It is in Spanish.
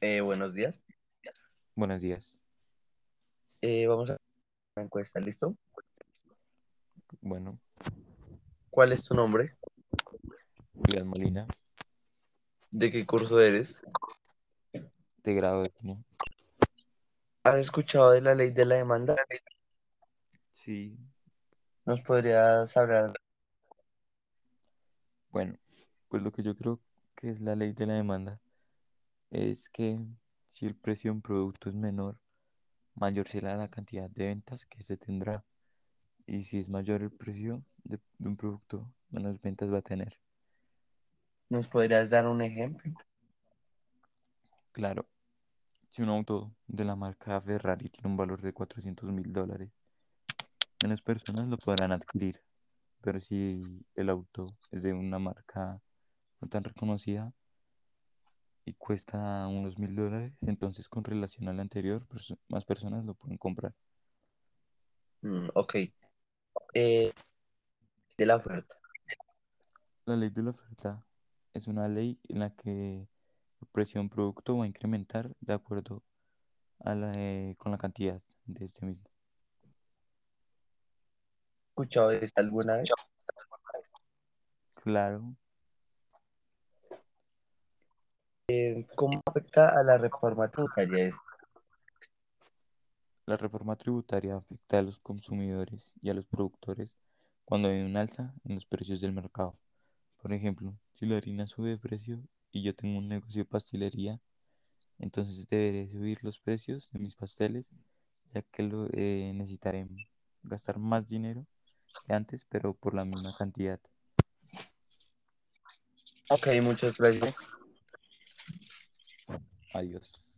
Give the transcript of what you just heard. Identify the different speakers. Speaker 1: Eh, buenos días.
Speaker 2: Buenos días.
Speaker 1: Eh, vamos a hacer una encuesta, ¿listo?
Speaker 2: Bueno,
Speaker 1: ¿Cuál es tu nombre?
Speaker 2: Julián Molina,
Speaker 1: ¿De qué curso eres?
Speaker 2: de grado de opinión.
Speaker 1: ¿Has escuchado de la ley de la demanda?
Speaker 2: Sí.
Speaker 1: ¿Nos podrías hablar?
Speaker 2: Bueno, pues lo que yo creo que es la ley de la demanda es que si el precio de un producto es menor, mayor será la cantidad de ventas que se tendrá. Y si es mayor el precio de, de un producto, menos ventas va a tener.
Speaker 1: ¿Nos podrías dar un ejemplo?
Speaker 2: Claro, si un auto de la marca Ferrari tiene un valor de 400 mil dólares, menos personas lo podrán adquirir. Pero si el auto es de una marca no tan reconocida y cuesta unos mil dólares, entonces con relación al anterior, perso- más personas lo pueden comprar.
Speaker 1: Mm, ok. Eh, de la oferta.
Speaker 2: La ley de la oferta es una ley en la que el precio de un producto va a incrementar de acuerdo a la, eh, con la cantidad de este mismo.
Speaker 1: ¿Has escuchado de esta alguna vez?
Speaker 2: Claro,
Speaker 1: ¿Cómo afecta a la reforma tributaria? esto?
Speaker 2: la reforma tributaria afecta a los consumidores y a los productores cuando hay un alza en los precios del mercado. Por ejemplo, si la harina sube de precio y yo tengo un negocio de pastelería, entonces deberé subir los precios de mis pasteles, ya que lo, eh, necesitaré gastar más dinero que antes, pero por la misma cantidad.
Speaker 1: Ok, muchas gracias.
Speaker 2: Adiós.